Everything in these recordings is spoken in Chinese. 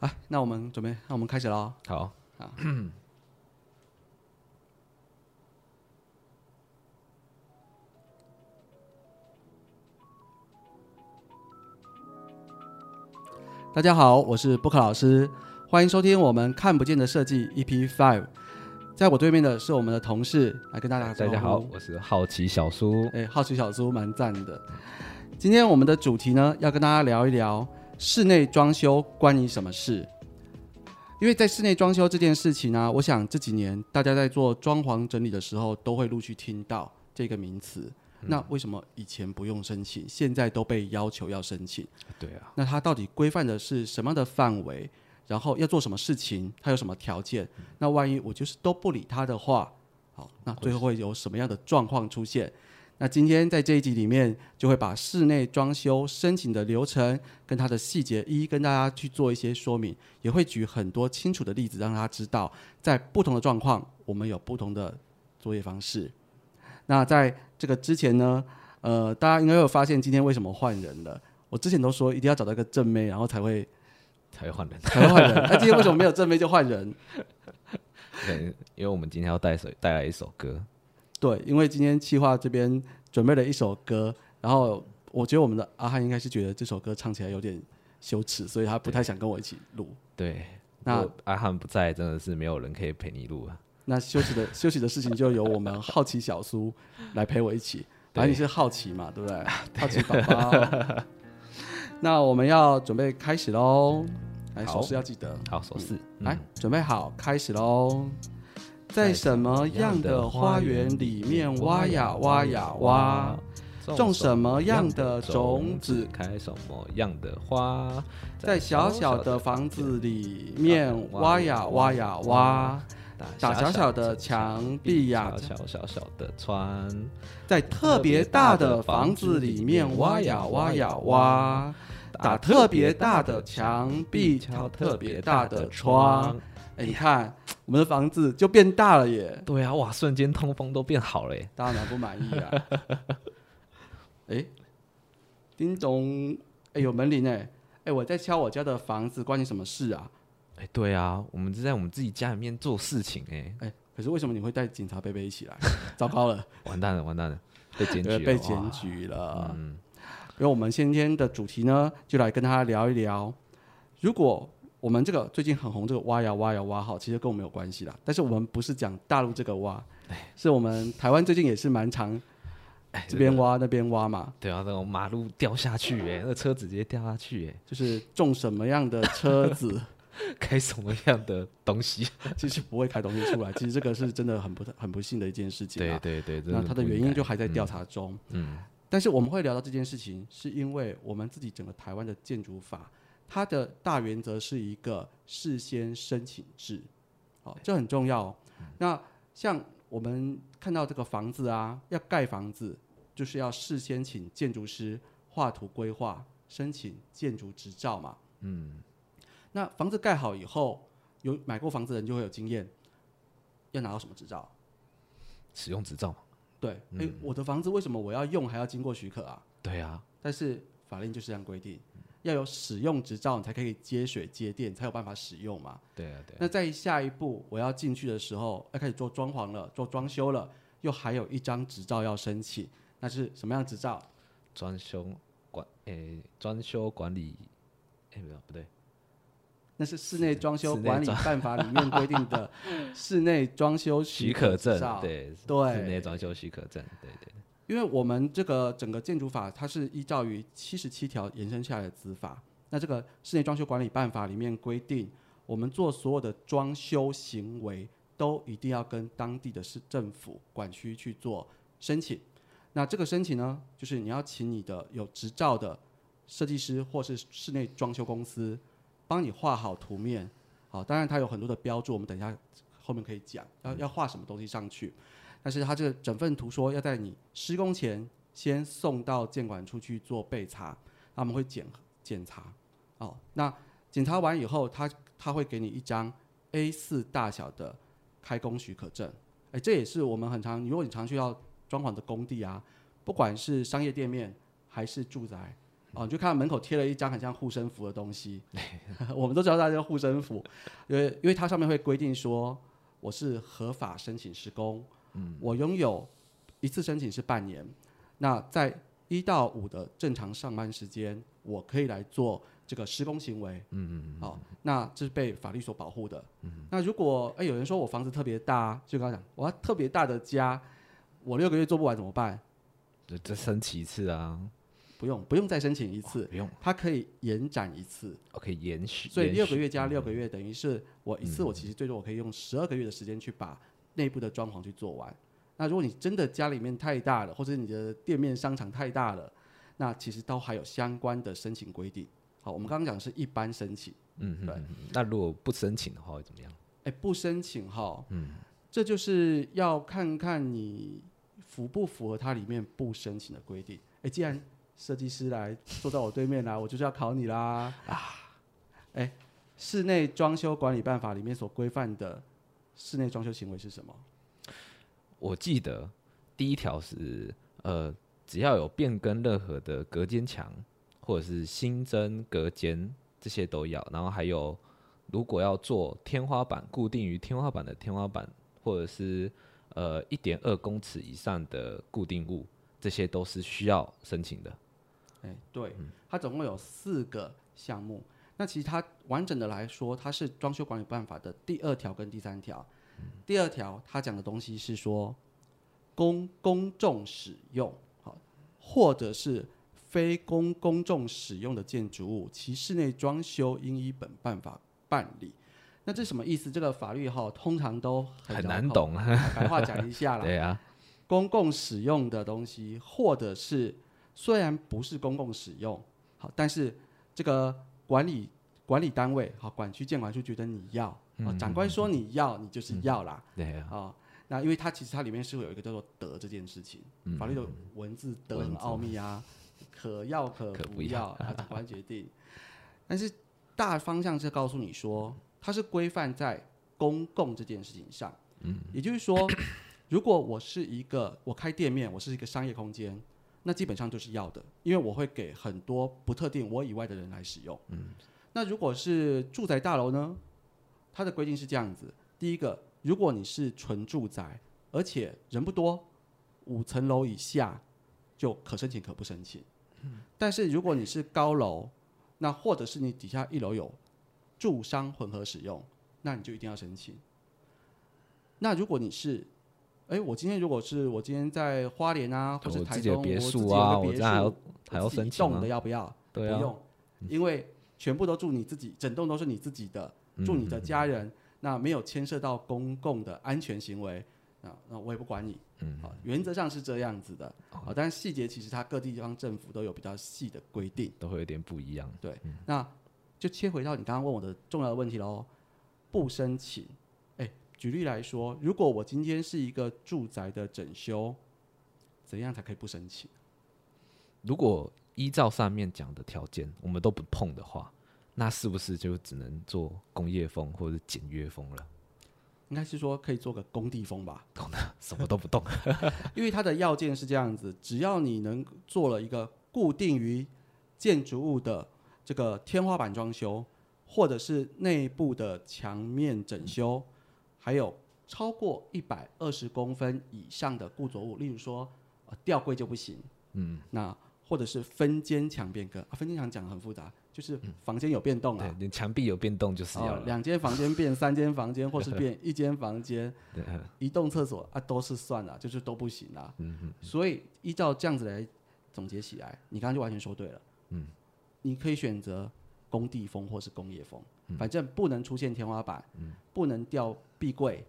啊，那我们准备，那我们开始哦喽。好，大家好，我是布克老师，欢迎收听我们看不见的设计 EP Five。在我对面的是我们的同事，来跟大家打个大家招好呼，我是好奇小苏。哎，好奇小猪蛮赞的。今天我们的主题呢，要跟大家聊一聊室内装修关你什么事？因为在室内装修这件事情呢、啊我想这几年大家在做装潢整理的时候，都会陆续听到这个名词。嗯那为什么以前不用申请，现在都被要求要申请？对啊，那它到底规范的是什么样的范围？然后要做什么事情？它有什么条件？那万一我就是都不理它的话，好，那最后会有什么样的状况出现？那今天在这一集里面，就会把室内装修申请的流程跟它的细节一一跟大家去做一些说明，也会举很多清楚的例子，让大家知道在不同的状况，我们有不同的作业方式。那在这个之前呢，呃，大家应该有发现今天为什么换人了。我之前都说一定要找到一个正妹，然后才会，才会换人才会换人。那今天为什么没有正妹就换人？对，因为我们今天要带首带来一首歌，对，因为今天企划这边准备了一首歌，然后我觉得我们的阿汉应该是觉得这首歌唱起来有点羞耻，所以他不太想跟我一起录。对，那如果阿汉不在，真的是没有人可以陪你录啊。那羞耻的羞耻的事情就由我们好奇小苏来陪我一起。反正你是好奇嘛，对不啊对？好奇宝宝。 那我们要准备开始喽，来好手势要记得。好，首饰，来，准备好，开始喽！在什么样的花园里面挖呀挖呀挖？种什么样的种子开什么样的花，在小小的房子里面挖呀挖呀挖，打小小的墙壁呀小小小的窗，在特别大的房子里面挖呀挖呀挖，打特别大的墙壁，敲特别大的窗。。哎，你看，我们的房子就变大了 耶！对啊，哇，瞬间通风都变好了耶。大家满不满意 啊？哎，叮咚！哎，有门铃哎！哎，我在敲我家的房子，关你什么事啊？哎，对啊，我们是在我们自己家里面做事情哎，哎，可是为什么你会带警察贝贝一起 来？糟糕了，完蛋了，完蛋了，被检举呃 了，被检哇。举了。嗯，因为我们今天的主题呢，就来跟大家聊一聊，如果我们这个最近很红这个挖呀挖呀挖哈，其实跟我们有关系啦。但是我们不是讲大陆这个挖，是我们台湾最近也是蛮常哎，这边挖那边挖嘛，对啊，那种马路掉下去哎，那车直接掉下去就是种什么样的车子。 哎， 开什么样的东西？其实不会开东西出来。其实这个是真的很不很不幸的一件事情、对啊。对对，真那它的原因就还在调掉。查中。嗯，但是我们会聊到这件事情，是因为我们自己整个台湾的建筑法，它的大原则是一个事先申请制，好、这很重要哦、嗯那像我们看到这个房子啊，要盖房子，就是要事先请建筑师画图规划，申请建筑执照嘛。嗯，那房子盖好以后，有买过房子的人就会有经验，要拿到什么执照？使用执照嘛。对，哎、嗯我的房子为什么我要用还要经过许可啊？对啊，但是法令就是这样规定，要有使用执照，你才可以接水接电，才有办法使用嘛。对啊，对啊。那在下一步我要进去的时候，要开始做装潢了，做装修了，又还有一张执照要申请，那是什么样的执照？装修管诶，装修管理诶，没有不对，那是室内装修室内管理办法里面规定 的室内装修许可执证照。对对室内装修许可证，对对因为我们这个整个建筑法，它是依照于七十七条延伸下来的子法。那这个室内装修管理办法里面规定，我们做所有的装修行为都一定要跟当地的市政府管区去做申请。那这个申请呢，就是你要请你的有执照的设计师或是室内装修公司帮你画好图面。好，当然它有很多的标注，我们等一下后面可以讲，要要画什么东西上去。但是它这个整份图说要在你施工前先送到监管处去做备查，他们会检检查。哦，那检查完以后，他他会给你一张 A 4大小的开工许可证。哎，这也是我们很常，如果你常去到装潢的工地啊，不管是商业店面还是住宅，哦，你就看到门口贴了一张很像护身符的东西， 我们都知道它叫护身符，因为因为它上面会规定说我是合法申请施工，嗯，我拥有一次申请是半年，那在一到五的正常上班时间，我可以来做这个施工行为，嗯嗯好、那这是被法律所保护的，嗯，那如果哎有人说我房子特别大，就刚刚讲我要特别大的家，我六个月做不完怎么办？这这升其次啊，不用哦不用再申请一次，不用，它可以延展一次。我哦可以延续，所以延六个续嗯月加六个月，等于是我一次，我其实最多我可以用十二个月的时间去把内部的装潢去做完。那如果你真的家里面太大了，或者你的店面商场太大了，那其实都还有相关的申请规定。好，我们刚刚讲的是一般申请，嗯对嗯，嗯那如果不申请的话会怎么样？哎，不申请哈，嗯，这就是要看看你符不符合它里面不申请的规定。哎，既然设计师来坐到我对面来，我就是要考你啦啊！哎，室内装修管理办法里面所规范的室内装修行为是什么？我记得第一条是呃，只要有变更任何的隔间墙或者是新增隔间，这些都要。然后还有，如果要做天花板固定于天花板的天花板，或者是呃一点二公尺以上的固定物，这些都是需要申请的。哎，对，嗯它总共有四个项目。那其实它完整的来说，它是装修管理办法的第二条跟第三条。嗯第二条它讲的东西是说，公公众使用，好，或者是非公公众使用的建筑物，其室内装修应依本办法办理。那这什么意思？这个法律哈，通常都很很绕难口，懂啊， 白话讲一下啦。对啊，公共使用的东西，或者是虽然不是公共使用，好，但是这个管理管理单位，好，管区建管处觉得你要，哦，长官说你要，你就是要啦，对啊，啊、那因为它其实它里面是会有一个叫做“得”这件事情，法律的文字“得”文很字奥秘啊，可要可可不不要，啊，长官决定。但是大方向是告诉你说，它是规范在公共这件事情上，嗯，也就是说，如果我是一个我开店面，我是一个商业空间。那基本上就是要的，因为我会给很多不特定我以外的人来使用。嗯，那如果是住宅大楼呢？它的规定是这样子：第一个，如果你是纯住宅，而且人不多，五层楼以下就可申请可不申请。但是如果你是高楼，那或者是你底下一楼有住商混合使用，那你就一定要申请。那如果你是，哎，我今天如果是我今天在花莲啊，或我者台自己的中，别自己墅有啊，个我别这还要墅，还要我自己申请动啊的，要不要？对啊不，用，因为全部都住你自己，整栋都是你自己的，嗯住你的家人，那没有牵涉到公共的安全行为，那那我也不管你。嗯，好，原则上是这样子的，哦好，但是细节其实它各地方政府都有比较细的规定。都会有点不一样。对，那就切回到你刚刚问我的重要的问题喽，不申请。哎，举例来说，如果我今天是一个住宅的整修，怎样才可以不申请？如果依照上面讲的条件，我们都不碰的话，那是不是就只能做工业风或者简约风了？ 应该是说可以做个工地风吧。什么都不动，因为它的要件是这样子，只要你能做了一个固定于建筑物的这个天花板装修，或者是内部的墙面整修，还有超过一百二十公分以上的固着物，例如说、呃、吊柜就不行，嗯，那或者是分间墙变更，啊、分间墙讲得很复杂，就是房间有变动啊，对，连墙壁有变动就是要哦，了。两间房间变三间房间，或是 变一间房间对，移动厕所啊，都是算了，就是都不行啦。嗯所以依照这样子来总结起来，你刚刚就完全说对了。嗯，你可以选择工地风或是工业风，嗯反正不能出现天花板，不能掉壁柜，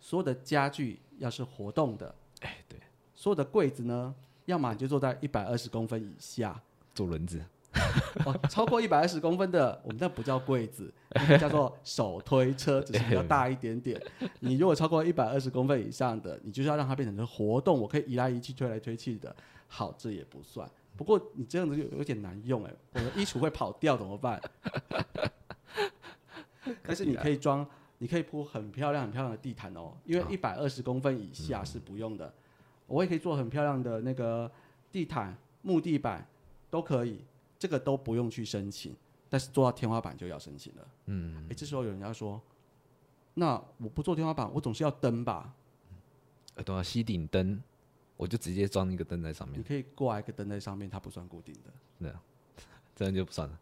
所有的家具要是活动的，嗯哎，对，所有的柜子呢，要么你就坐在一百二十公分以下，坐轮子， 哦，超过一百二十公分的，我们那不叫柜子，那个叫做手推车，只是比较大一点点。你如果超过一百二十公分以上的，你就是要让它变成是活动，我可以移来移去、推来推去的。好，这也不算。不过你这样子有有点难用哎、我的衣橱会跑掉怎么办？但是你可以装，你可以铺很漂亮、很漂亮的地毯哦，因为一百二十公分以下是不用的。我也可以做很漂亮的那个地毯、木地板都可以。这个都不用去申请，但是做到天花板就要申请了。嗯，哎，这时候有人要说，那我不做天花板，我总是要登吧？呃，对啊，吸顶灯，我就直接装一个灯在上面你，可以挂一个灯在上面，它不算固定的，这样就不算了，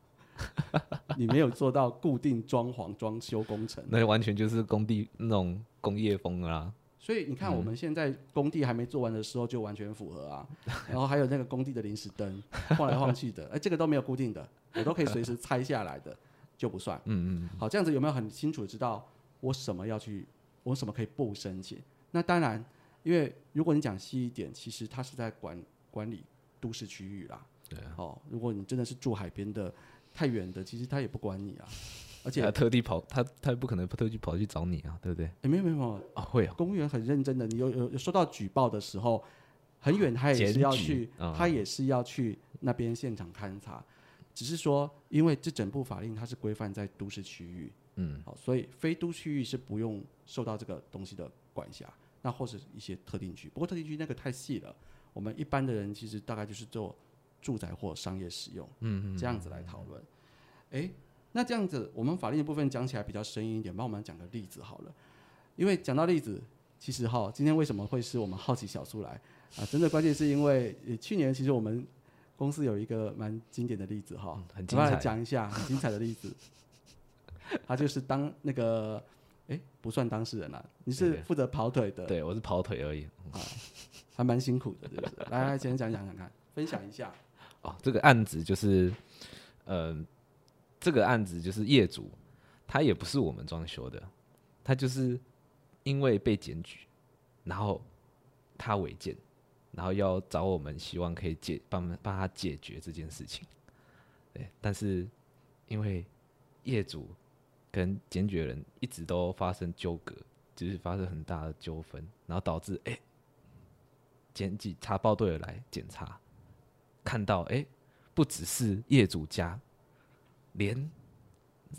你没有做到固定装潢装修工程。那完全就是工地那种工业风啊啦、所以你看，我们现在工地还没做完的时候就完全符合啊， 然后还有那个工地的临时灯晃来晃去的， 哎，这个都没有固定的，我都可以随时拆下来的，就不算。嗯嗯。好，这样子有没有很清楚地知道我什么要去，我什么可以不申请？那当然，因为如果你讲细一点，其实它是在管管理都市区域啦。对。哦，如果你真的是住海边的，太远的，其实他也不管你啊。而且，他特地跑，他他也不可能特地跑去找你啊，对不对？哎，没有没有没有，啊，会啊，公务员很认真的，你有有有收到举报的时候，很远他也检是要举去，啊他也是要去那边现场勘查，只是说因为这整部法令它是规范在都市区域，嗯，好，所以非都区域是不用受到这个东西的管辖，那或是一些特定区，不过特定区那个太细了，我们一般的人其实大概就是做住宅或商业使用，嗯这样子来讨论，诶，那这样子，我们法令的部分讲起来比较生硬一点，帮我们讲个例子好了。因为讲到例子，其实哈，今天为什么会是我们好奇小苏来啊？真的关键是因为、呃去年其实我们公司有一个蛮经典的例子哈嗯，很我们来精彩讲一下很精彩的例 子。他就是当那个，哎、不算当事人啦、你对是负责跑腿的，对我是跑腿而已。还蛮辛苦的，对不对？来来，先讲讲看看，分享一下。哦，这个案子就是，呃，这个案子就是业主，他也不是我们装修的，他就是因为被检举，然后他违建，然后要找我们，希望可以解帮帮他解决这件事情。对，但是因为业主跟检举人一直都发生纠葛，就是发生很大的纠纷，然后导致哎、检警察报队的来检查，看到，哎、不只是业主家，连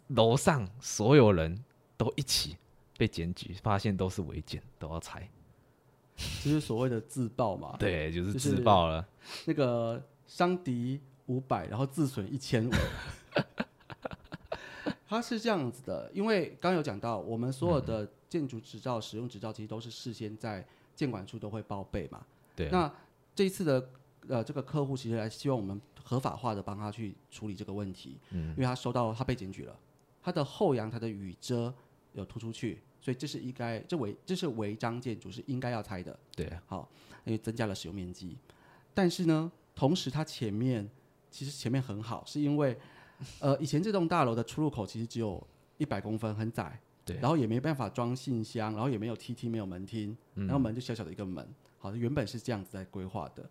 楼上所有人都一起被检举，发现都是违建，都要拆。就是所谓的自爆嘛，对，就是就是自爆了。那个伤敌五百，然后自损一千五。它是这样子的，因为刚有讲到，我们所有的建筑执照、使用执照其实都是事先在建管处都会报备嘛。对，那这一次的呃这个客户其实来希望我们合法化的帮他去处理这个问题，嗯，因为他收到他被检举了，他的后阳台的雨遮有突出去，所以这是应该这违这是违章建筑是应该要拆的。对，好，因为增加了使用面积。但是呢，同时它前面其实前面很好，是因为呃以前这栋大楼的出入口其实只有一百公分，很窄，对然后也没办法装信箱，然后也没有梯梯，没有门厅，嗯然后门就小小的一个门。好，原本是这样子在规划的。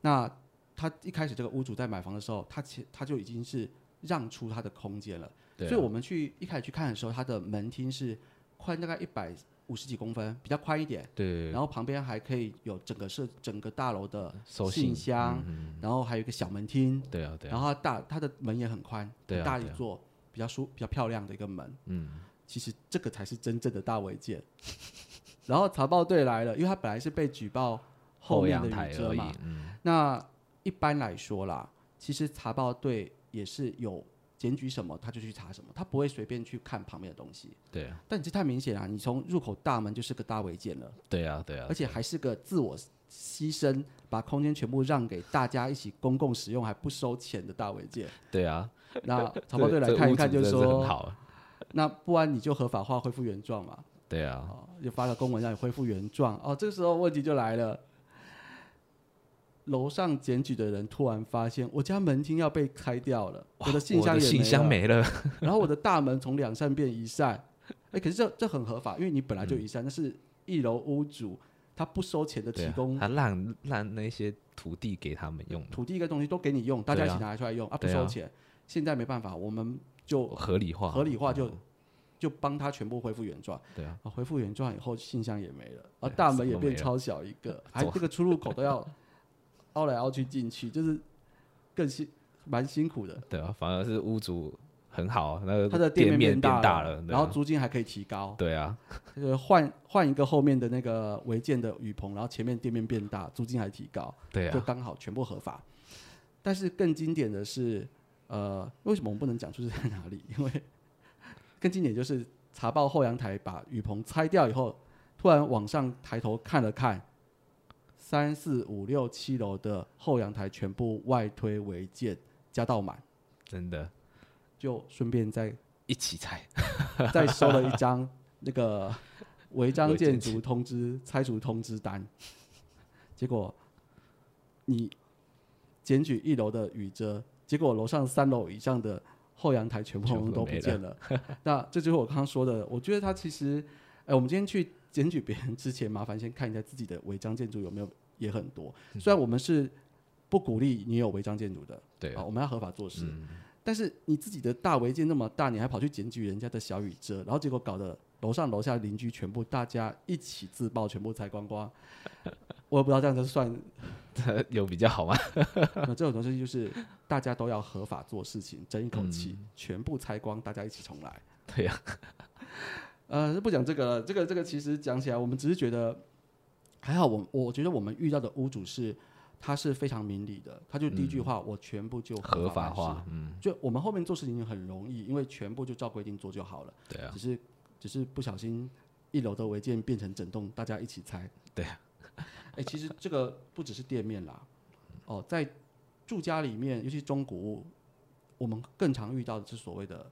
那他一开始这个屋主在买房的时候，他其他就已经是让出他的空间了。对啊所以我们去一开始去看的时候，它的门厅是宽大概一百五十几公分，比较宽一点。对，然后旁边还可以有整个是整个大楼的收信信，箱，然后还有一个小门厅，对啊，对啊，然后它大它的门也很宽，对啊很大一对啊座，比较舒比较漂亮的一个门。嗯，其实这个才是真正的大违建。 然后查报队来了，因为他本来是被举报后面的阳台雨遮而已嘛。。嗯，那一般来说啦，其实查报队也是有检举什么他就去查什么，他不会随便去看旁边的东西。对啊，但你这太明显了，你从入口大门就是个大违建了。对啊，对啊而，且还是个自我牺牲，把空间全部让给大家一起公共使用，还不收钱的大违 建。对啊。那草包队这来这看一屋看，主就真的是很说，好啊，那不然你就合法化恢复原状嘛，对啊，哦，就发个公文让你恢复原状。哦，这个时候问题就来了。楼上检举的人突然发现，我家门厅要被开掉了，我的信我箱的也信箱了没了， 然后我的大门从两扇变一扇，哎、可是这这很合法，因为你本来就一扇，那是一楼屋主他不收钱的嗯对提啊供，他让让那些土地给他们用，土地跟东西都给你用，大家一对啊起拿出来用啊，不对收啊钱。现在没办法，我们就合理化，合理化嗯就就帮他全部恢复原状对啊，啊，恢复原状以后信箱也没了，啊，对大什门么也都变没了超小一 个，还这个出入口都要凹来凹去进去，就是更辛蛮辛苦的。对啊，反而是屋主很好，啊那个它的呃店面面大变大了，对然后啊租金还可以提高， 对啊，就是换换一个后面的那个违建的雨棚，然后前面店面变大，租金还提高。对就啊，刚好全部合法。但是更经典的是，呃，为什么我们不能讲出是在哪里？因为 更经典就是查报后阳台把雨棚拆掉以后，突然往上抬头看了看，三四五六七楼的后阳台全部外推违建，加到满，真的就顺便再一起拆，再收了一张那个违章违建建筑通知拆除通知单，结果你检举一楼的雨遮，结果楼上三楼以上的后阳台全部全部都都不没见了。那这就是我刚刚说的，我觉得他其实，哎、我们今天去检举别人之前，麻烦先看一下自己的违章建筑有没有也很多。嗯虽然我们是不鼓励你有违章建筑的，对 嗯啊，我们要合法做事。但是你自己的大违建那么大，你还跑去检举人家的小雨遮，然后结果搞得楼上楼下邻居全部大家一起自爆，全部拆光 光。我也不知道这样子算， 有比较好吗？那这种东西就是大家都要合法做事情，争一口气，嗯全部拆光，大家一起重来。对呀、呃，不讲这个了，这个这个其实讲起来，我们只是觉得还好我，我觉得我们遇到的屋主是他是非常明理的，他就第一句话，我全部就嗯合法办事化，嗯，就我们后面做事情很容易，因为全部就照规定做就好了。对啊，只是只是不小心一楼的违建变成整栋，大家一起拆。对啊， 哎、其实这个不只是店面啦，哦，在住家里面，尤其中古屋，我们更常遇到的是所谓的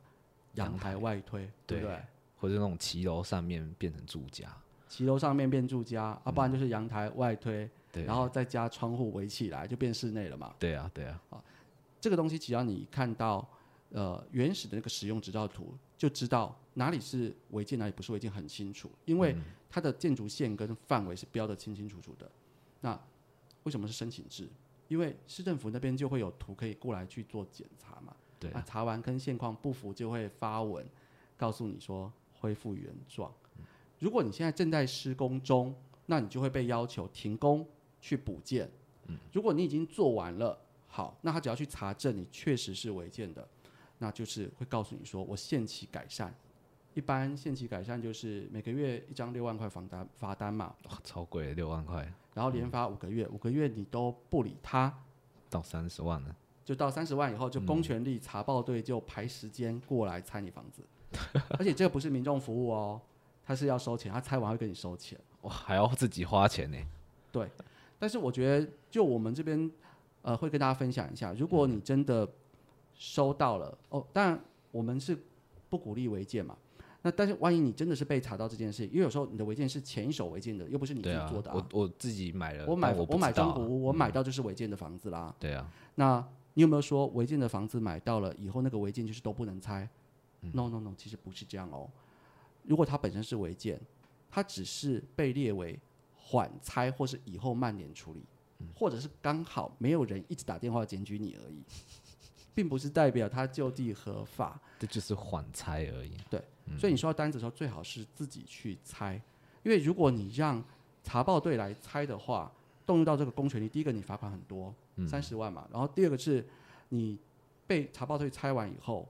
阳台外推，对不对？或者那种骑楼上面变成住家，骑楼上面变住家，啊，不然就是阳台外推，对然后再加窗户围起来，就变室内了嘛。对啊，对啊，这个东西只要你看到呃原始的那个使用执照图，就知道哪里是违建，哪里不是违建，很清楚，因为它的建筑线跟范围是标的清清楚楚的。那为什么是申请制？因为市政府那边就会有图可以过来去做检查嘛。对那查完跟现况不符，就会发文告诉你说恢复原状。如果你现在正在施工中，那你就会被要求停工去补建。如果你已经做完了，好，那他只要去查证你确实是违建的，那就是会告诉你说我限期改善。一般限期改善就是每个月一张六万块房单罚单嘛，哇超贵，六万块然后连罚五个月，五个月你都不理他，到三十万了，就到三十万以后，就公权力查报队就排时间过来拆你房子，而且这个不是民众服务哦，他是要收钱，他拆完会跟你收钱。哇，还要自己花钱呢，但是我觉得，就我们这边，呃，会跟大家分享一下，如嗯果你真的收到了，哦，当然我们是不鼓励违建嘛。那但是万一你真的是被查到这件事，因为有时候你的违建是前一手违建的，又不是你自对己啊做的、，我我自己买了，我买但我买中古古，屋，我买到就是违建的房子啦。对啊，那你有没有说违建的房子买到了以后，那个违建就是都不能拆、n o No No，其实不是这样哦。如果它本身是违建，它只是被列为缓拆或是以后慢点处理，或者是刚好没有人一直打电话检举你而已，并不是代表它就地合法。这就是缓拆而已，所以你收到单子的时候，最好是自己去拆，因为如果你让查报队来拆的话，动用到这个公权力，第一个你罚款很多，三十万嘛，然后第二个是你被查报队拆完以后，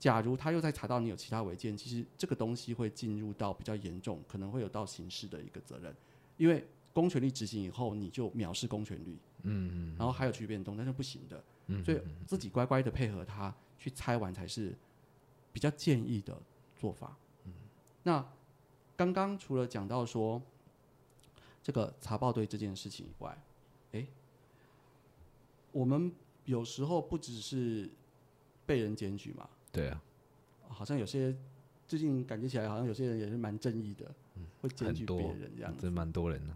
假如他又再查到你有其他违建，其实这个东西会进入到比较严重，可能会有到刑事的一个责任，因为公权力执行以后，你就藐视公权力，嗯，然后还有去变动，那是不行的，所以自己乖乖的配合他去拆完才是比较建议的做法。那刚刚除了讲到说这个查报队这件事情以外，诶，我们有时候不只是被人检举嘛，对啊，好像有些最近感觉起来，好像有些人也是蛮正义的，会检很举多别人这样。这蛮多人的，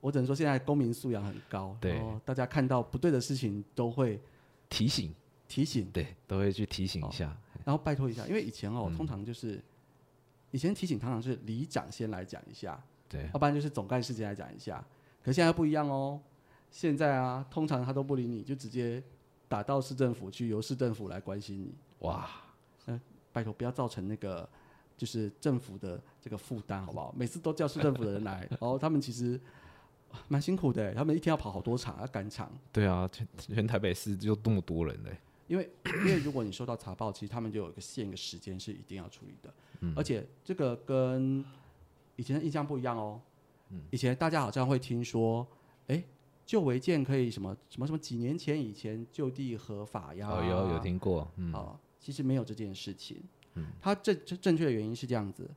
我只能说现在公民素养很高，对然后大家看到不对的事情都会提醒，提醒。哦对，都会去提醒一下，然后拜托一下，因为以前哦，通常就是、以前提醒常常是里长先来讲一下，对，要不然就是总干事先来讲一下。可现在不一样哦，现在啊，通常他都不理你，就直接打到市政府去，由市政府来关心你。哇，拜托不要造成那个就是政府的这个负担，好不好？每次都叫市政府的人来，然后他们其实蛮辛苦的，他们一天要跑好多场，要赶场。对啊，全全台北市就这么多人嘞，因为因为如果你收到查报，其实他们就有一个限一个时间是一定要处理的，嗯而且这个嗯跟以前的印象不一样哦。以前大家好像会听说，哎，旧违建可以什么什么什么几年前以前就地合法呀？哦，有有听过，嗯，好、啊其实没有这件事情。它正正正确的原因是这样子：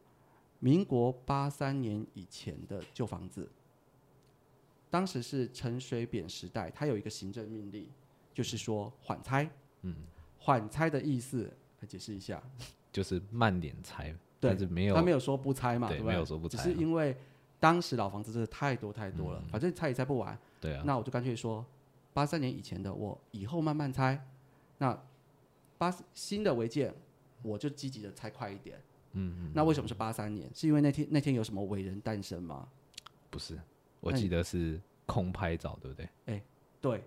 民国八三年以前的旧房子，当时是陈水扁时代，它有一个行政命令，就是说缓拆。嗯，缓拆的意思来解释一下，就是慢点拆，对但是没有他没有说不拆嘛，对对不没对？有说不拆啊嗯只是因为当时老房子真的太多太多了，反正拆也拆不完。对啊，那我就干脆说，八三年以前的我以后慢慢拆，那八新的违建我就积极的拆快一点。嗯那为什么是八三年？是因为那天那天有什么伟人诞生吗？不是，我那你记得是空拍照，对不对？对，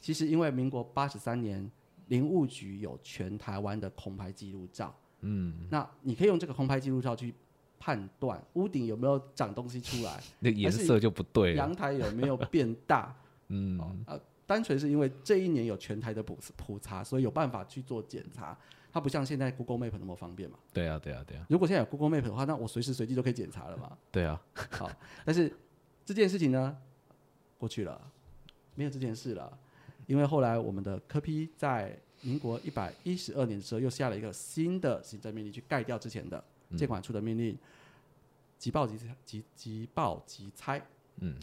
其实因为民国八十三年林务局有全台湾的空拍记录照，嗯，那你可以用这个空拍记录照去判断屋顶有没有长东西出来，那颜是色就不对了，阳台有没有变大， 嗯，哦呃，单纯是因为这一年有全台的普普查，所以有办法去做检查。它不像现在 Google Map 那么方便嘛。对啊，对啊，对啊，如果现在有 Google Map 的话，那我随时随地都可以检查了嘛。对啊， 好，但是这件事情呢，过去了，没有这件事了，因为后来我们的科批在民国一百一十二年的时候，又下了一个新的行政命令去盖掉之前的监管处的命令，即报即即即报即拆，嗯，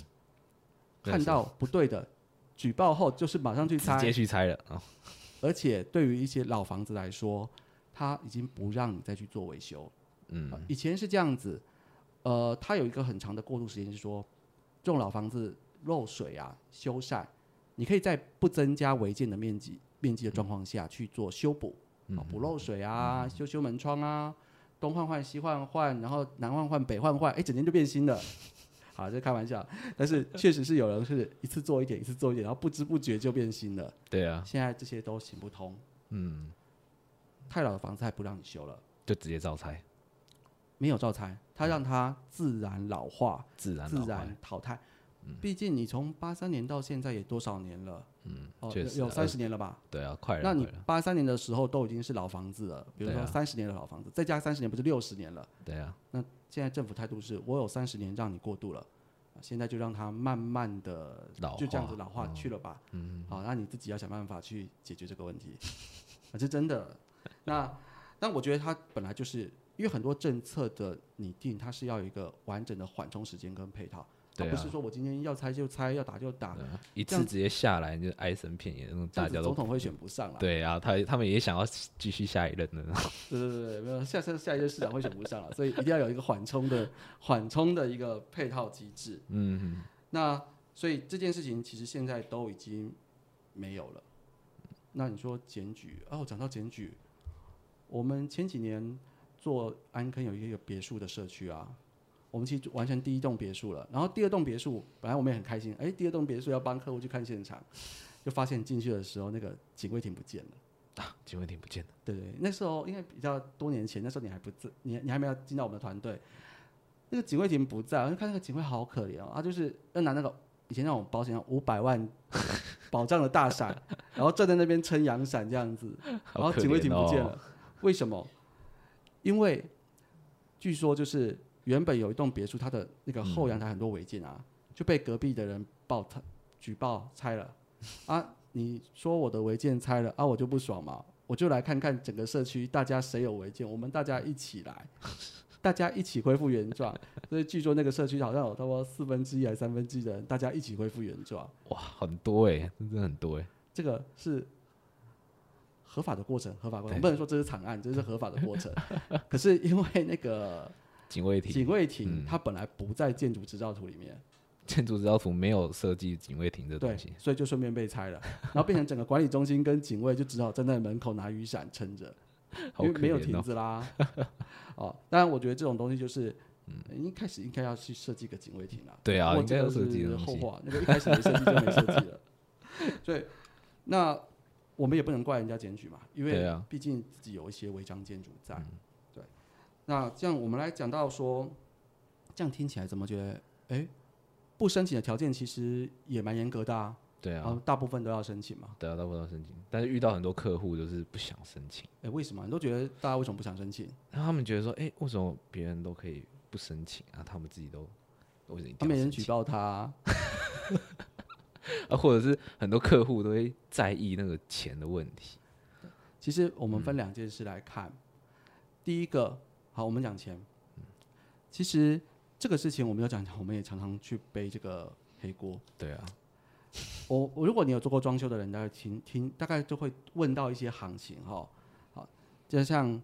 看到不对的，举报后就是马上去拆直，接去拆了，哦而且对于一些老房子来说，它已经不让你再去做维修。嗯，呃以前是这样子，呃，它有一个很长的过渡时间，是说这种老房子漏水啊、修缮，你可以在不增加违建的面积面积的状况下去做修补，啊、补漏水啊、修修门窗啊，东换换西换换，然后南换换北换换，哎，整天就变新了。 好，这开玩笑，但是确实是有人是一次做一点，一次做一点，然后不知不觉就变新了。对啊，现在这些都行不通。嗯，太老的房子还不让你修了，就直接照拆，没有照拆，它让它自然老化、自然啊哦自老化嗯然淘汰。毕竟你从八三年到现在也多少年了？嗯，哦，确有实有啊三十年了吧？对啊，快了，那你快了八三年的时候都已经是老房子了，比如对说啊三十年的老房子，再加三十年不是六十年了？对啊，那现在政府态度是我有三十年让你过渡了，啊现在就让它慢慢的老就这样化子老化去了吧。嗯，好，那你自己要想办法去解决这个问题， 啊，是真的。那但我觉得它本来就是因为很多政策的拟定，它是要有一个完整的缓冲时间跟配套，它对啊不是说我今天要拆就拆，要打就打，对啊一这次样直接下来你就哀声遍野，那种这嗯大样子家总都统会选不上了。对啊，他他们也想要继续下一任的， 对对对，没有下下下一任市长会选不上了，所以一定要有一个缓冲的缓冲的一个配套机制。嗯，那所以这件事情其实现在都已经没有了。那你说检举哦，讲到检举，我们前几年做安坑有一个别墅的社区啊，我们其实完成第一栋别墅了，然后第二栋别墅本来我们也很开心，哎，第二栋别墅要帮客户去看现场，就发现进去的时候那个警卫亭不见了。啊，警卫亭不见了，对对，那时候因为比较多年前，那时候你还不在，你你还没有进到我们的团队。那个警卫亭不在，我就看那个警卫好可怜哦，他就是要拿那个以前那种保险五百万保障的大伞，然后站在那边撑阳伞这样子，然好后可哦警卫亭怜不见哦，了，为什么？因为据说就是原本有一栋别墅，它的那个嗯后阳台很多违建啊，就被隔壁的人报他举报拆了啊。你说我的违建拆了啊，我就不爽嘛，我就来看看整个社区大家谁有违建，我们大家一起来， 大家一起恢复原状。所以据说那个社区好像有差不多四分之一还是三分之一的人，大家一起恢复原状。哇，很多哎，真的很多哎，这个是合法的过程，合法过程，对不能说这是惨案，这是合法的过 程。可是因为那个警卫嗯亭警卫亭，它本来不在建筑执照图里面，建筑执照图没有设计警卫嗯亭这对东西，，所以就顺便被拆了，然后变成整个管理中心跟警卫就只好站在门口拿雨伞撑着，好因为可没有怜亭哦，子啦。 哦，当然我觉得这种东西就是。嗯，一开始应该要去设计个警卫亭啦。对啊我应该这个要设计是的东后西话，那个一开始没设计就没设计了。 所以，那我们也不能怪人家检举嘛，因为对啊，嗯毕竟自己有一些违章建筑在。对，那这样我们来讲到说，这样听起来怎么觉得？哎，不申请的条件其实也蛮严格的啊，对啊然，后大部分都要申请嘛。得到不到申请，但是遇到很多客户就是不想申请，哎，为什么？你都觉得大家为什么不想申请？然后他们觉得说，哎、为什么别人都可以不申请啊，他们自己都为什么一他定没要人申举请？报他啊、啊，或者是很多客户都会在意那个钱的问题。其实我们分两件事来看，第一个，好，我们讲钱。其实这个事情我们要讲，我们也常常去背这个黑锅。对啊，我我如果你有做过装修的人，大概听听，大概就会问到一些行情哈、哦。好，就像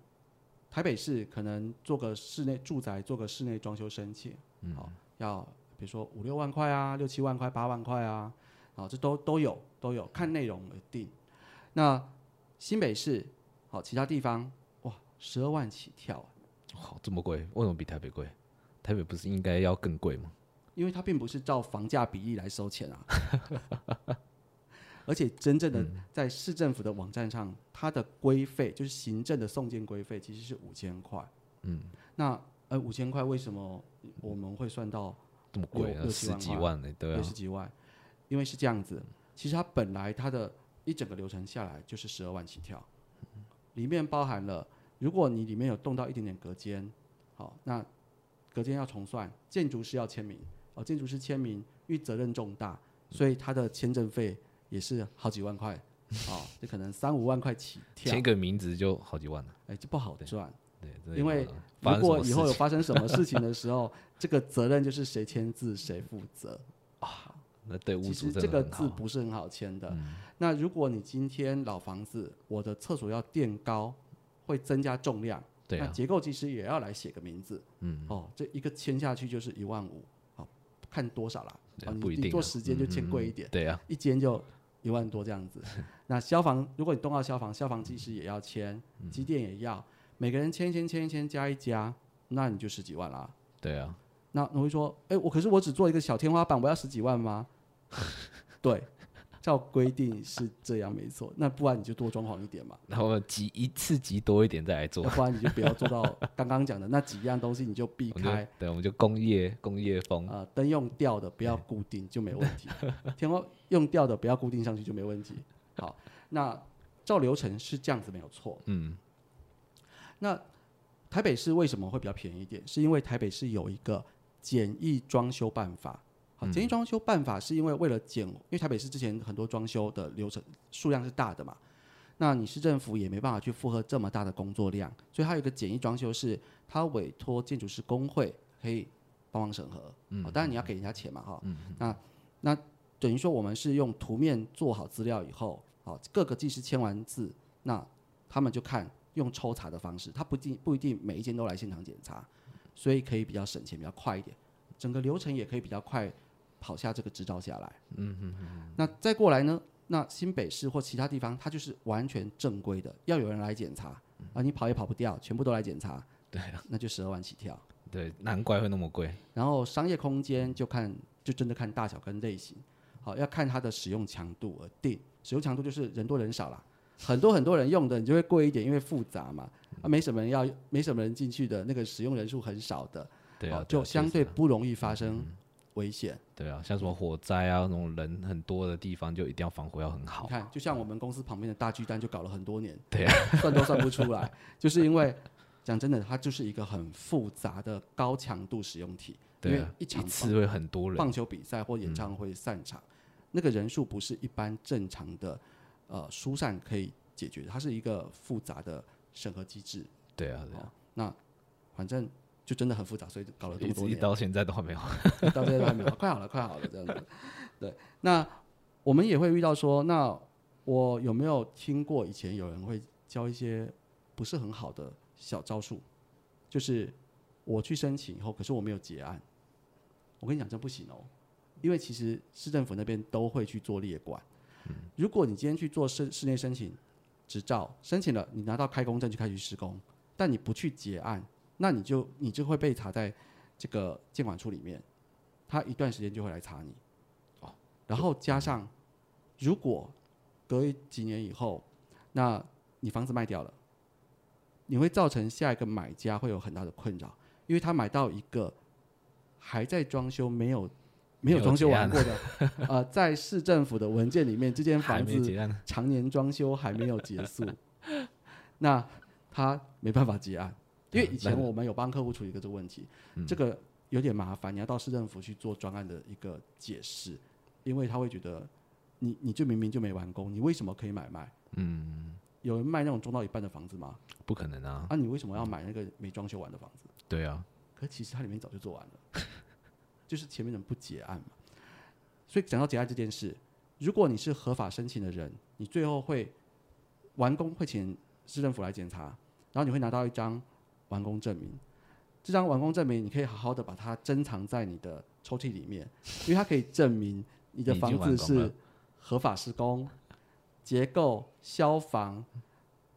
台北市可能做个室内住宅，做个室内装修申请，好、要比如说五六万块啊，六七万块，八万块啊，好，这都都有都有，看内容而定。那新北市好，其他地方哇，十二万起跳。好、这么贵，为什么比台北贵？台北不是应该要更贵吗？因为它并不是照房价比例来收钱啊。 而且真正的在市政府的网站上，它的规费就是行政的送件规费，其实是五千块。嗯，那呃五千块为什么我们会算到这么贵、六啊，六七十万几块万呢、对六啊，十几万？因为是这样子，其实它本来它的一整个流程下来就是十二万起跳，里面包含了如果你里面有动到一点点隔间，好，那隔间要重算，建筑师要签名，哦，建筑师签名，因为责任重大，所以他的签证费也是好几万块，哦，就可能三五万块 起跳签，个名字就好几万了、哎，这不好赚。对，真的因有为可能发如生什果么以事后有情发生什么事情的时候，这个责任就是谁签字谁负责。那对屋其主实真这的个很好嗯字啊，不是很好签的。那如果你今天老房子，我的厕所要垫高，会增加重量，对那啊，结构技师也要来写个名字。嗯，哦，这一个签下去就是一万五，好看多少啦？对哦你不一定你啊做时间就签贵一点，对啊，一间就一万多这样 子。那消防，如果你动到消防，消防技师也要签，嗯机电也要，每个人签一签签一签加一加，那你就十几万啦。对啊，那我会说，哎、我可是我只做一个小天花板，我要十几万吗？ 对，照规定是这样没错。那不然你就多装潢一点嘛，然后集一次集多一点再来做要，不然你就不要做到刚刚讲的那几样东西，你就避 我们开就。对，我们就工业工业风，哎呃，灯用吊的不要固定就没问题， 天花用吊的不要固定上去就没问题。好，那照流程是这样子没有错。嗯，那台北市为什么会比较便宜一点？是因为台北市有一个简易装修办法。嗯好，简易装修办法是因为为了简，因为台北市之前很多装修的流程数量是大的嘛，那你市政府也没办法去负荷这么大的工作量，所以它有一个简易装修是，它委托建筑师工会可以帮忙审核。嗯，当然你要给人家钱嘛，哈。嗯。那那等于说我们是用图面做好资料以后，好，各个技师签完字，那他们就看用抽查的方式，他不一定不一定每一间都来现场检查，所以可以比较省钱，比较快一点，整个流程也可以比较快跑下这个执照下来。嗯嗯嗯。那再过来呢？那新北市或其他地方，它就是完全正规的，要有人来检查啊，你跑也跑不掉，全部都来检查，对那就十二万起跳。对，难怪会那么贵，然后商业空间就看就真的看大小跟类型，好要看它的使用强度而定。使用强度就是人多人少啦，很多很多人用的你就会贵一点，因为复杂嘛，嗯啊没什么人要没什么人进去的那个使用人数很少的，对好啊，就相对确实啊不容易发生危险。对啊，像什么火灾啊那种人很多的地方，就一定要防火要很好你，看，就像我们公司旁边的大巨蛋就搞了很多年，对啊，算都算不出来， 就是因为讲真的，它就是一个很复杂的高强度使用体，因对为啊，一一场次会很多人，嗯棒球比赛或演唱会散场，那个人数不是一般正常的呃疏散可以解决的，它是一个复杂的审核机制。哦对啊，对啊，那反正就真的很复杂，所以搞了这一么直多一直年，到现在都还没有， 到现在都还没有，快好了，快好了，这样子。对，那我们也会遇到说，那我有没有听过以前有人会教一些不是很好的小招数，就是我去申请以后，可是我没有结案。我跟你讲，这不行哦，因为其实市政府那边都会去做列管。嗯如果你今天去做室室内申请执照，申请了，你拿到开工证就开始施工，但你不去结案，那你就你就会被查在这个监管处里面，他一段时间就会来查你。哦然后加上，如果隔一几年以后，那你房子卖掉了，你会造成下一个买家会有很大的困扰，因为他买到一个还在装修没有。没有没有装修结完案过的， 呃，在市政府的文件里面，这间还房没子结案，常年装修还没有结束，那他没办法结案，因为以啊前我们有帮客户处理过嗯这个问题，这个有点麻烦，你要到市政府去做专案的一个解释。因为他会觉得你你就明明就没完工，你为什么可以买卖？嗯，有人卖那种装到一半的房子吗？不可能啊，啊，你为什么要买那个没装修完的房子？对啊，可其实它里面早就做完了，就是前面人不结案嘛。所以讲到结案这件事，如果你是合法申请的人，你最后会完工会请市政府来检查，然后你会拿到一张完工证明。这张完工证明，你可以好好的把它珍藏在你的抽屉里面，因为它可以证明你的你已经房子完工是合法施工、结构、消防、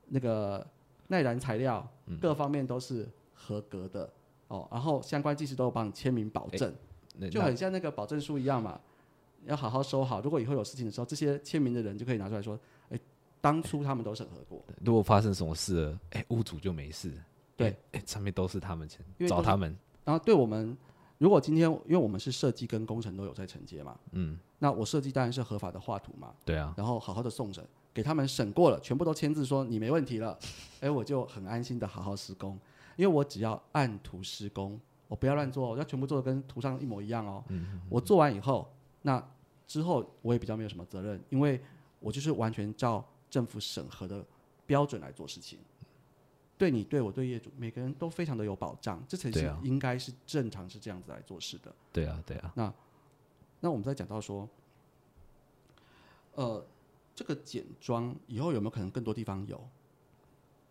那个耐燃材料各方面都是合格的哦。然后相关技师都有帮你签名保证，那就很像那个保证书一样嘛，要好好收好。如果以后有事情的时候，这些签名的人就可以拿出来说，哎，当初他们都审核过，如果发生什么事了，哎、屋主就没事。对哎、哎上面都是他们钱因，为都找是他们。然后对我们，如果今天因为我们是设计跟工程都有在承接嘛，嗯，那我设计当然是合法的画图嘛，对啊，然后好好的送审，给他们审过了，全部都签字说你没问题了， 哎，我就很安心的好好施工，因为我只要按图施工，我不要乱做哦，我要全部做的跟图上一模一样哦。嗯我做完以后，那之后我也比较没有什么责任，因为我就是完全照政府审核的标准来做事情。对你、对我、对业主，每个人都非常的有保障，这才对是啊应该是正常是这样子来做事的。对啊，对啊，那我们再讲到说，呃，这个简装以后有没有可能更多地方有？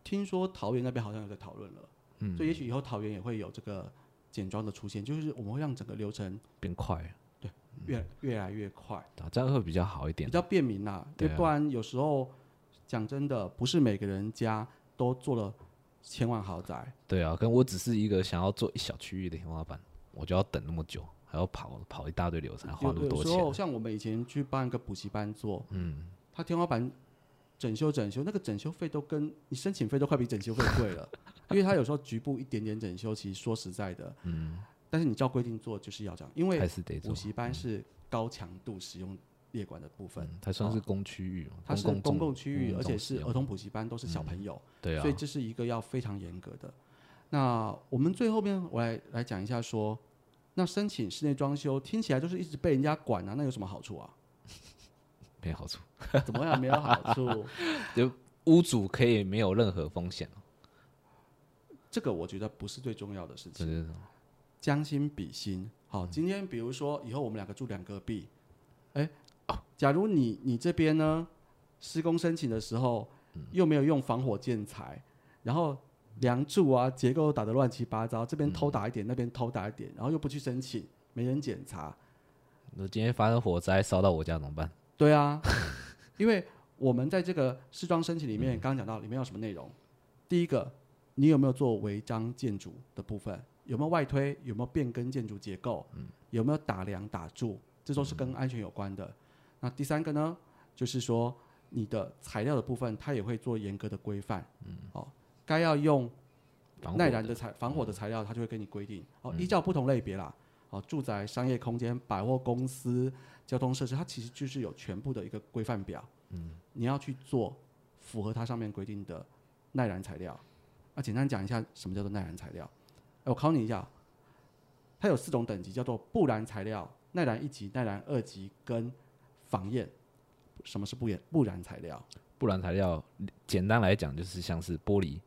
听说桃园那边好像有在讨论了，嗯，所以也许以后桃园也会有这个简装的出现，就是我们会让整个流程变快，越越来越快，啊这样会比较嗯好一比点。较便民啦、对要啊不然有时候讲真的，不是每个人家都做了千万豪宅，对啊，跟我只是一个想要做一小区域的天花板，我就要等那么久，还要跑跑一大堆流程，花有那么多有时钱。候像我们以前去办一个补习班做，嗯，他天花板整修整修，那个整修费都跟你申请费都快比整修费贵 了，因为他有时候局部一点点整修，其实说实在的，嗯，但是你照规定做就是要这样，因为还是得做补，习班是高强度使用列管的部分，嗯，它算是公区域嘛，它是公公众共区域，而且是使用儿童补习班，都是小朋友。对啊所以，这是一个要非常严格的。那我们最后面我来来讲一下说，那申请室内装修听起来就是一直被人家管啊，那有什么好处啊？没好处。怎么样没有好处？屋主可以没有任何风险，这个我觉得不是最重要的事就情，是将心比心。好，今天比如说以后我们两个住两隔壁，哎，假如你你这边呢施工申请的时候又没有用防火建材，然后梁柱啊结构打得乱七八糟，这边偷打一点，那边偷打一点，然后又不去申请，没人检查，那今天发生火灾烧到我家怎么办？对啊，因为我们在这个试装申请里面，刚刚讲到里面有什么内容。第一个，你有没有做违章建筑的部分？有没有外推？有没有变更建筑结构？有没有打梁打柱？这都是跟安全有关的。那第三个呢，就是说你的材料的部分，它也会做严格的规范。嗯，哦，该要用防火耐燃的材防火的材料，它就会跟你规定哦，依照不同类别啦，哦，住宅、商业空间、百货公司、交通设施，它其实就是有全部的一个规范表，嗯，你要去做符合它上面规定的耐燃材料。那简单讲一下什么叫做耐燃材料，哎，我考你一下，它有四种等级，叫做不燃材料、耐燃一级、耐燃二级跟防焰。什么是不燃不燃材料？不然材料，简单来讲就是像是玻璃、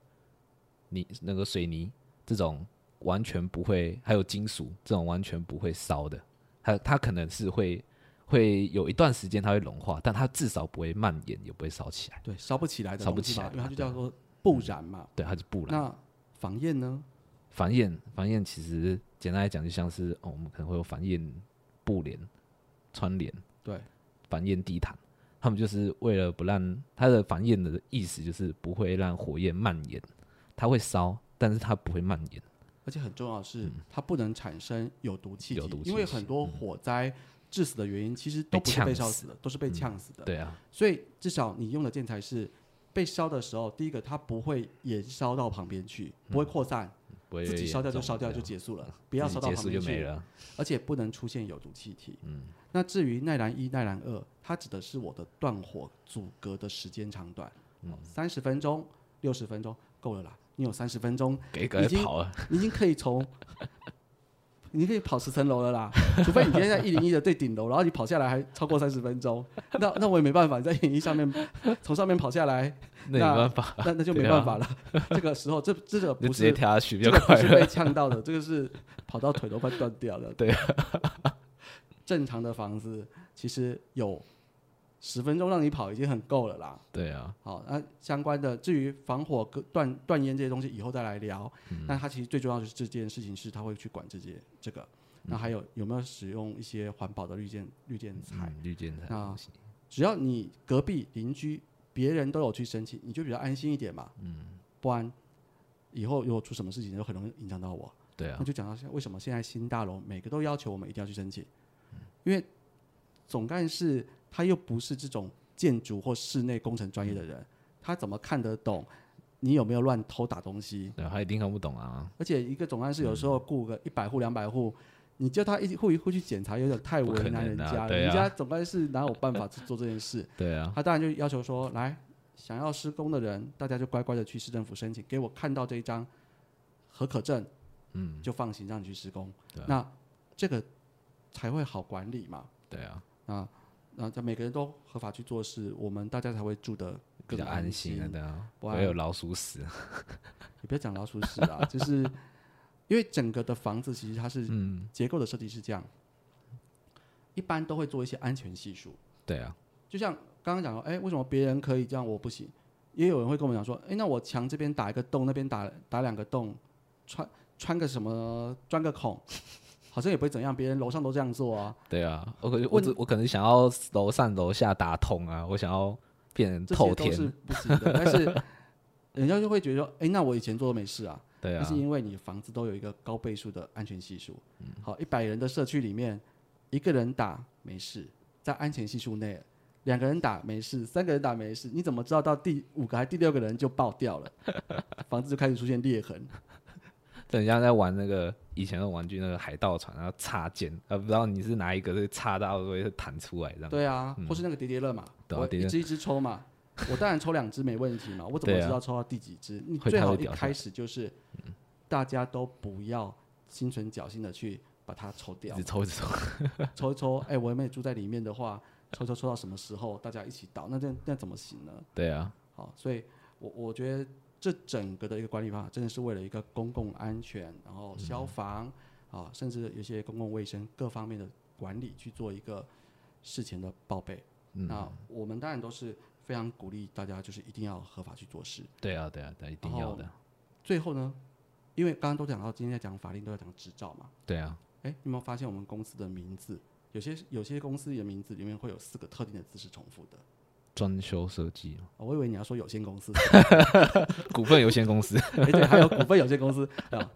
泥那个水泥这种完全不会，还有金属这种完全不会烧的，它它可能是会会有一段时间它会融化，但它至少不会蔓延，也不会烧起来。对，烧不起来的哎烧不东西起嘛来因为它就对叫做不燃嘛。对，它就不燃。那防焰呢？防焰防焰其实简单来讲就像是哦，我们可能会有防焰布帘、窗帘、对，防焰地毯，他们就是为了不让它的防焰的意思就是不会让火焰蔓延，它会烧，但是它不会蔓延。而且很重要的是，它不能产生有毒气体嗯有毒，气体因为很多火灾致死的原因其实都不是被烧死的，都是被呛死的。对啊，所以至少你用的建材是被烧的时候，第一个它不会延烧到旁边去，不会扩散，嗯不会自己烧掉就中烧掉对就啊结束了，不自要己烧到结旁束边就没去。了。而且不能出现有毒气体。嗯，那至于耐燃一、耐燃二，它指的是我的断火阻隔的时间长短，嗯哦三十、分钟、六十分钟够了啦。你有三十分钟给给已经跑了，你已经可以从你可以跑十层楼了啦，除非你今天在一零一的最顶楼，然后你跑下来还超过三十分钟，那那我也没办法，你在一零一上面从上面跑下来，那没办法，那那就没对啊办法了。这个时候，这这个就不直接是跳下去比这较个不快是乐。被呛到的，这个是跑到腿都快断掉了。对， 正常的房子其实有十分钟让你跑已经很够了啦。对啊，好，那相关的至于防火跟断断烟这些东西，以后再来聊。那它其实最重要的是这件事情是它会去管这些这个，那还有有没有使用一些环保的绿建绿建材？嗯，绿建材的那东西只要你隔壁邻居别人都有去申请，你就比较安心一点嘛。嗯，不然以后如果出什么事情，就很容易影响到我。对啊那，就讲到现在为什么现在新大楼每个都要求我们一定要去申请，因为总干事他又不是这种建筑或室内工程专业的人，他怎么看得懂你有没有乱偷打东西？对啊，他一定看不懂啊，嗯而且一个总干事有时候雇个一百户、两百户，你叫他一户一户去检查，有点太不可为难人能啊家了。对人啊家总干事哪有办法去做这件事？对啊，他当然就要求说，来，想要施工的人，大家就乖乖的去市政府申请，给我看到这一张合可证，嗯，就放行让你去施工。啊那这个才会好管理嘛。对啊，啊，那这每个人都合法去做事，我们大家才会住得比更较安安心啊，对啊，不不会有老鼠屎，也不要讲老鼠屎 啦，就是因为整个的房子其实它是嗯，结构的设计是这样，一般都会做一些安全系数。对啊，就像刚刚讲说，哎、为什么别人可以这样，我不行？也有人会跟我们讲说，哎、那我墙这边打一个洞，那边打打两个洞，穿穿个什么钻个孔，好像也不会怎样，别人楼上都这样做啊，对啊，我可我只我可能想要楼上楼下打通啊，我想要变成这透些都天，是不行的。但是人家就会觉得说，哎、那我以前做都没事啊，对那啊是，因为你房子都有一个高倍数的安全系数。嗯好，一百人的社区里面，一个人打没事，在安全系数内；两个人打没事，三个人打没事。你怎么知道到第五个还第六个人就爆掉 了？房子就开始出现裂痕。就很像在玩那个以前的玩具那个海盗船，然后插剑，呃，不知道你是哪一个，是插到会弹出来这样，对啊，或是那个叠叠乐嘛，嗯对啊我叠一叠只一只抽嘛。我当然抽两只没问题嘛，我怎么对啊知道抽到第几只？你会最它好会一掉下开来嗯始就是，大家都不要心存侥幸的去把它抽一掉啊直。抽一直抽， 抽一抽，哎、我妹住在里面的话，抽抽抽到什么时候，大家一起倒，那这那怎么行呢？对啊，好，所以我我觉得这整个的一个管理方法，真的是为了一个公共安全，然后消嗯防、啊，甚至有些公共卫生各方面的管理去做一个事前的报备。嗯那我们当然都是非常鼓励大家，就是一定要合法去做事。对啊，对啊，对啊，一定哦要的，最后呢，因为刚刚都讲到，今天在讲法令，都在讲执照嘛。对啊，哎，你有没有发现我们公司的名字，有些有些公司的名字里面会有四个特定的字是重复的？装修设计， 哦我以为你要说有限公司，股份有限公司， 而且哎还有股份有限公司啊，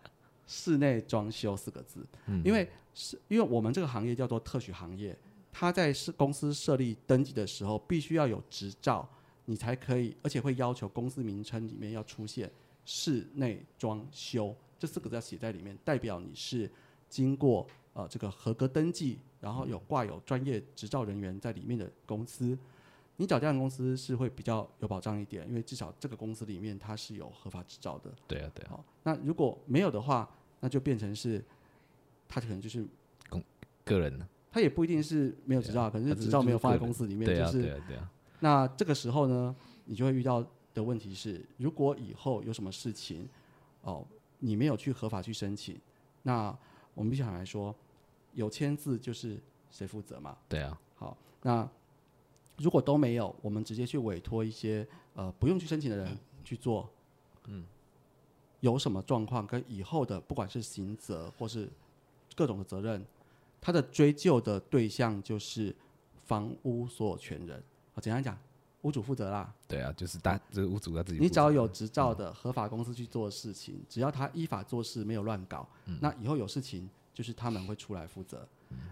室内装修四个字，因为是因为我们这个行业叫做特许行业，它在是公司设立登记的时候必须要有执照，你才可以，而且会要求公司名称里面要出现室内装修这四个字要写在里面，代表你是经过呃这个合格登记，然后有挂有专业执照人员在里面的公司。你找这样的公司是会比较有保障一点，因为至少这个公司里面它是有合法执照的。对啊，对啊，好，那如果没有的话，那就变成是，他可能就是个人呢，他也不一定是没有执照，可能是嗯啊他执只照是没有个放在人公司里面，对啊，就是对啊，对啊，那这个时候呢，你就会遇到的问题是，如果以后有什么事情，哦，你没有去合法去申请，那我们必须坦白说，有签字就是谁负责嘛。对啊，好，那如果都没有，我们直接去委托一些呃不用去申请的人去做。嗯，有什么状况跟以后的不管是刑责或是各种的责任，它的追究的对象就是房屋所有权人。啊，简单讲，屋主负责啦。对啊，就是大，就是屋主他自己负责，你只要有执照嗯的合法公司去做事情，只要他依法做事，没有乱搞，嗯那以后有事情就是他们会出来负责。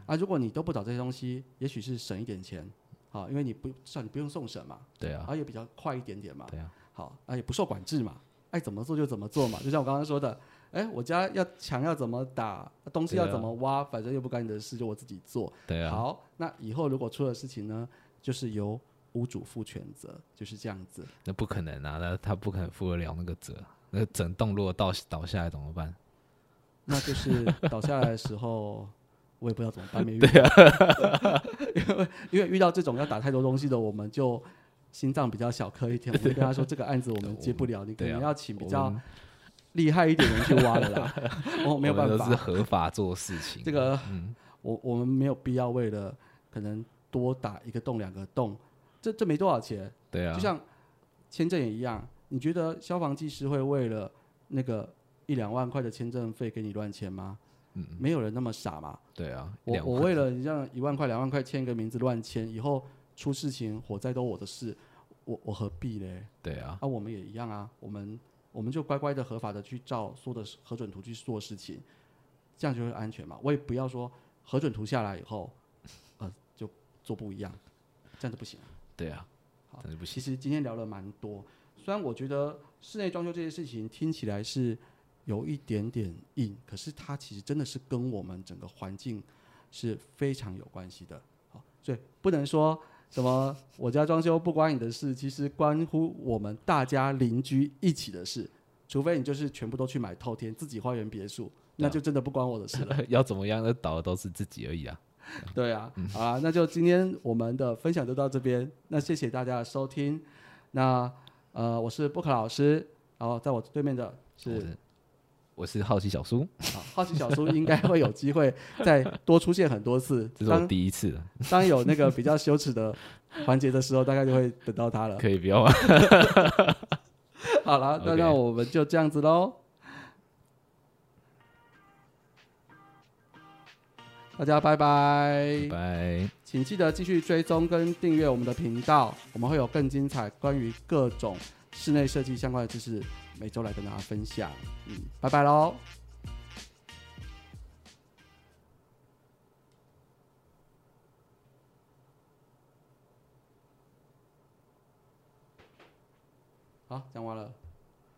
啊，如果你都不找这些东西，也许是省一点钱，好，因为你不至少你不用送审嘛，对啊，啊也比较快一点点嘛，对啊，好，啊也不受管制嘛，爱怎么做就怎么做嘛，就像我刚刚说的，哎，我家要墙要怎么打，东西要怎么挖，反正又不干你的事，就我自己做。啊对啊，好，那以后如果出了事情呢，就是由屋主负全责，就是这样子。那不可能啊，那他不可能负得了那个责，那整栋如果倒倒下来怎么办？ 那就是倒下来的时候，我也不知道怎么办，没遇到。啊 因为因为遇到这种要打太多东西的，我们就心脏比较小颗一点，我们就跟他说这个案子我们接不了，你可啊对啊能要请比我较们厉害一点的人去挖了 啦。我哦没有我办们都是法，嗯合法做事情。这个我我们没有必要为了可能多打一个洞两个洞，这这没多少钱。对啊就，像签证也一样，你觉得消防技师会为了那个一两万块的签证费给你乱签吗？嗯，没有人那么傻嘛。对啊，我两我块为了你让一万块两万块签一个名字乱签，以后出事情火灾都我的事，我我何必嘞？对啊，啊，我们也一样啊，我们我们就乖乖的合法的去照说的核准图去做事情，这样就会安全嘛。我也不要说核准图下来以后，呃，就做不一样，这样就不行。对啊，真的不行。其实今天聊了蛮多，虽然我觉得室内装修这件事情听起来是有一点点硬，可是它其实真的是跟我们整个环境是非常有关系的。好，所以不能说什么我家装修不关你的事，其实关乎我们大家邻居一起的事。除非你就是全部都去买透天自己花园别墅，那啊就真的不关我的事了。 要怎么样，那倒的都是自己而已啊。 对啊，好啊，那就今天我们的分享就到这边，那谢谢大家的收听。那呃，我是布克老师，然后在我对面的啊我是是我是好奇小叔，好好奇小叔，应该会有机会再多出现很多次。这是我当第一次了，当有那个比较羞耻的环节的时候，大概就会等到他了。可以不要吗？好了，那 OK 那我们就这样子喽。大家拜拜拜拜。请记得继续追踪跟订阅我们的频道，我们会有更精彩关于各种室内设计相关的知识，每周来跟大家分享。嗯，拜拜喽。好，讲完了，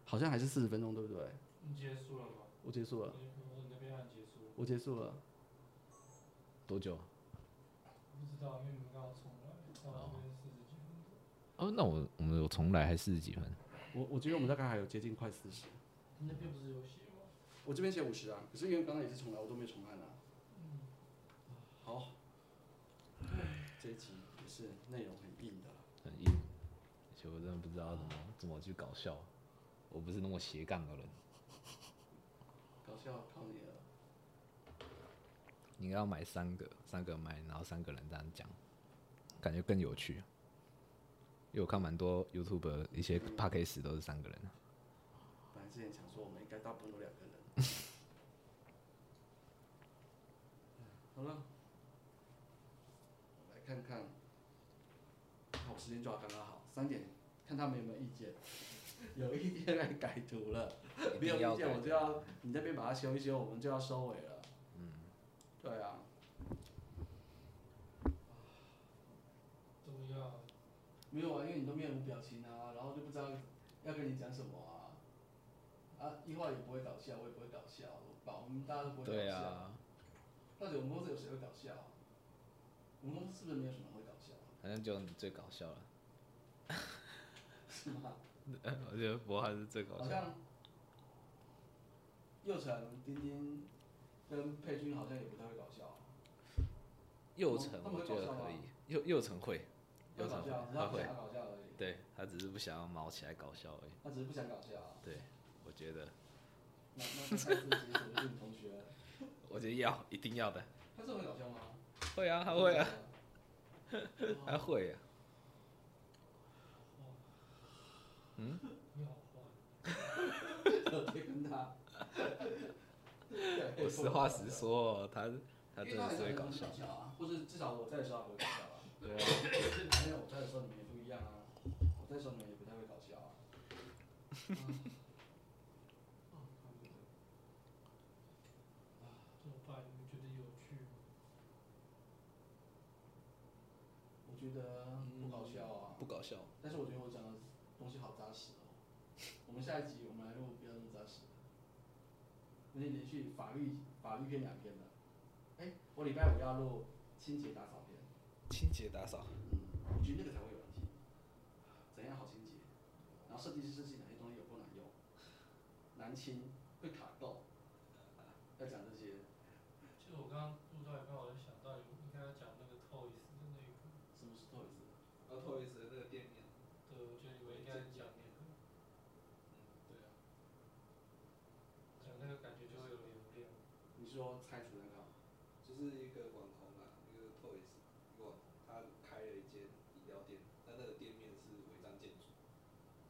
好像还是四十分钟，对不对？你结束了吗？我结束了。我结束了。多久？不知道，因为我们刚好重来。哦，那我我们有重来还是四十几分？我我觉得我们大概还有接近快四十。那边不是有写吗？我这边写五十啊，可是因为刚刚也是重来，我都没重按啊。好，这一集也是内容很硬的。很硬，而且我真的不知道怎么怎么去搞笑，我不是那么斜杠的人。搞笑靠你了。你应该要买三个，三个麦，然后三个人这样讲，感觉更有趣。因为我看蛮多 YouTube 一些 p a c k a g e 都是三个 人，本来之前想说我们应该大部分都两个人。 好了，我来看看，好，我时间就好刚刚好，三点，看他们有没有意见。 有意见来改图了。没有意见，我就要你那边把它修一修，我们就要收尾了。嗯，对啊，没有啊，因为你都面无表情啊，然后就不知道要跟你讲什么啊。啊，一话也不会搞笑，我也不会搞笑，我把我们大家都不会搞笑。对啊，到底我们公司有谁会搞笑啊？我们公司是不是没有什么人会搞笑啊？好像就你最搞笑了。呃是 吗？我觉得博翰是最搞好笑。像佑成、丁丁跟佩君好像也不太会搞笑啊。右城他们我会觉得搞笑吗可以，右右城会，会右搞城笑，只是他他不会想，要搞笑而已，对他只是不想要毛起来搞笑而已。他只是不想搞笑啊。对，我觉得，那那那下次其实我是你同学，我觉得要一定要的，他是很搞笑吗？会 啊，他会啊，啊。他会啊。我可以跟他。 我实话实说哦，他他因真为他的还是是会很搞搞笑。笑啊，或是至少我在的时候他不会搞笑啊。对啊。没有我在的时候你们也不一样啊，我在的时候你们也不太会搞笑啊。嗯我觉得不搞笑啊，不搞笑，但是我觉得我讲的东西好扎实哦。我们下一集我们来录，不要那么扎实。我已经连续法律法律篇两篇了。哎，我礼拜五要录清洁打扫篇。清洁打扫，我觉得那个才会有问题。怎样好清洁？然后设计师设计哪些东西有多难用，难清，会卡豆，要讲是啊说拆除那个，就是一个网红啊，一个 Toys 一个网红，他开了一间饮料店，但那个店面是违章建筑，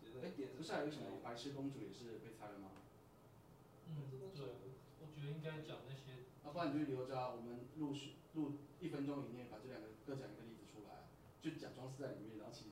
就是那哎个店，不是还有一个什么白痴公主也是被拆了吗？嗯，对，我觉得应该讲那些那不然你就留着啊，我们啊录续录一分钟以内把这两个各讲一个例子出来，就假装是在里面，然后其实。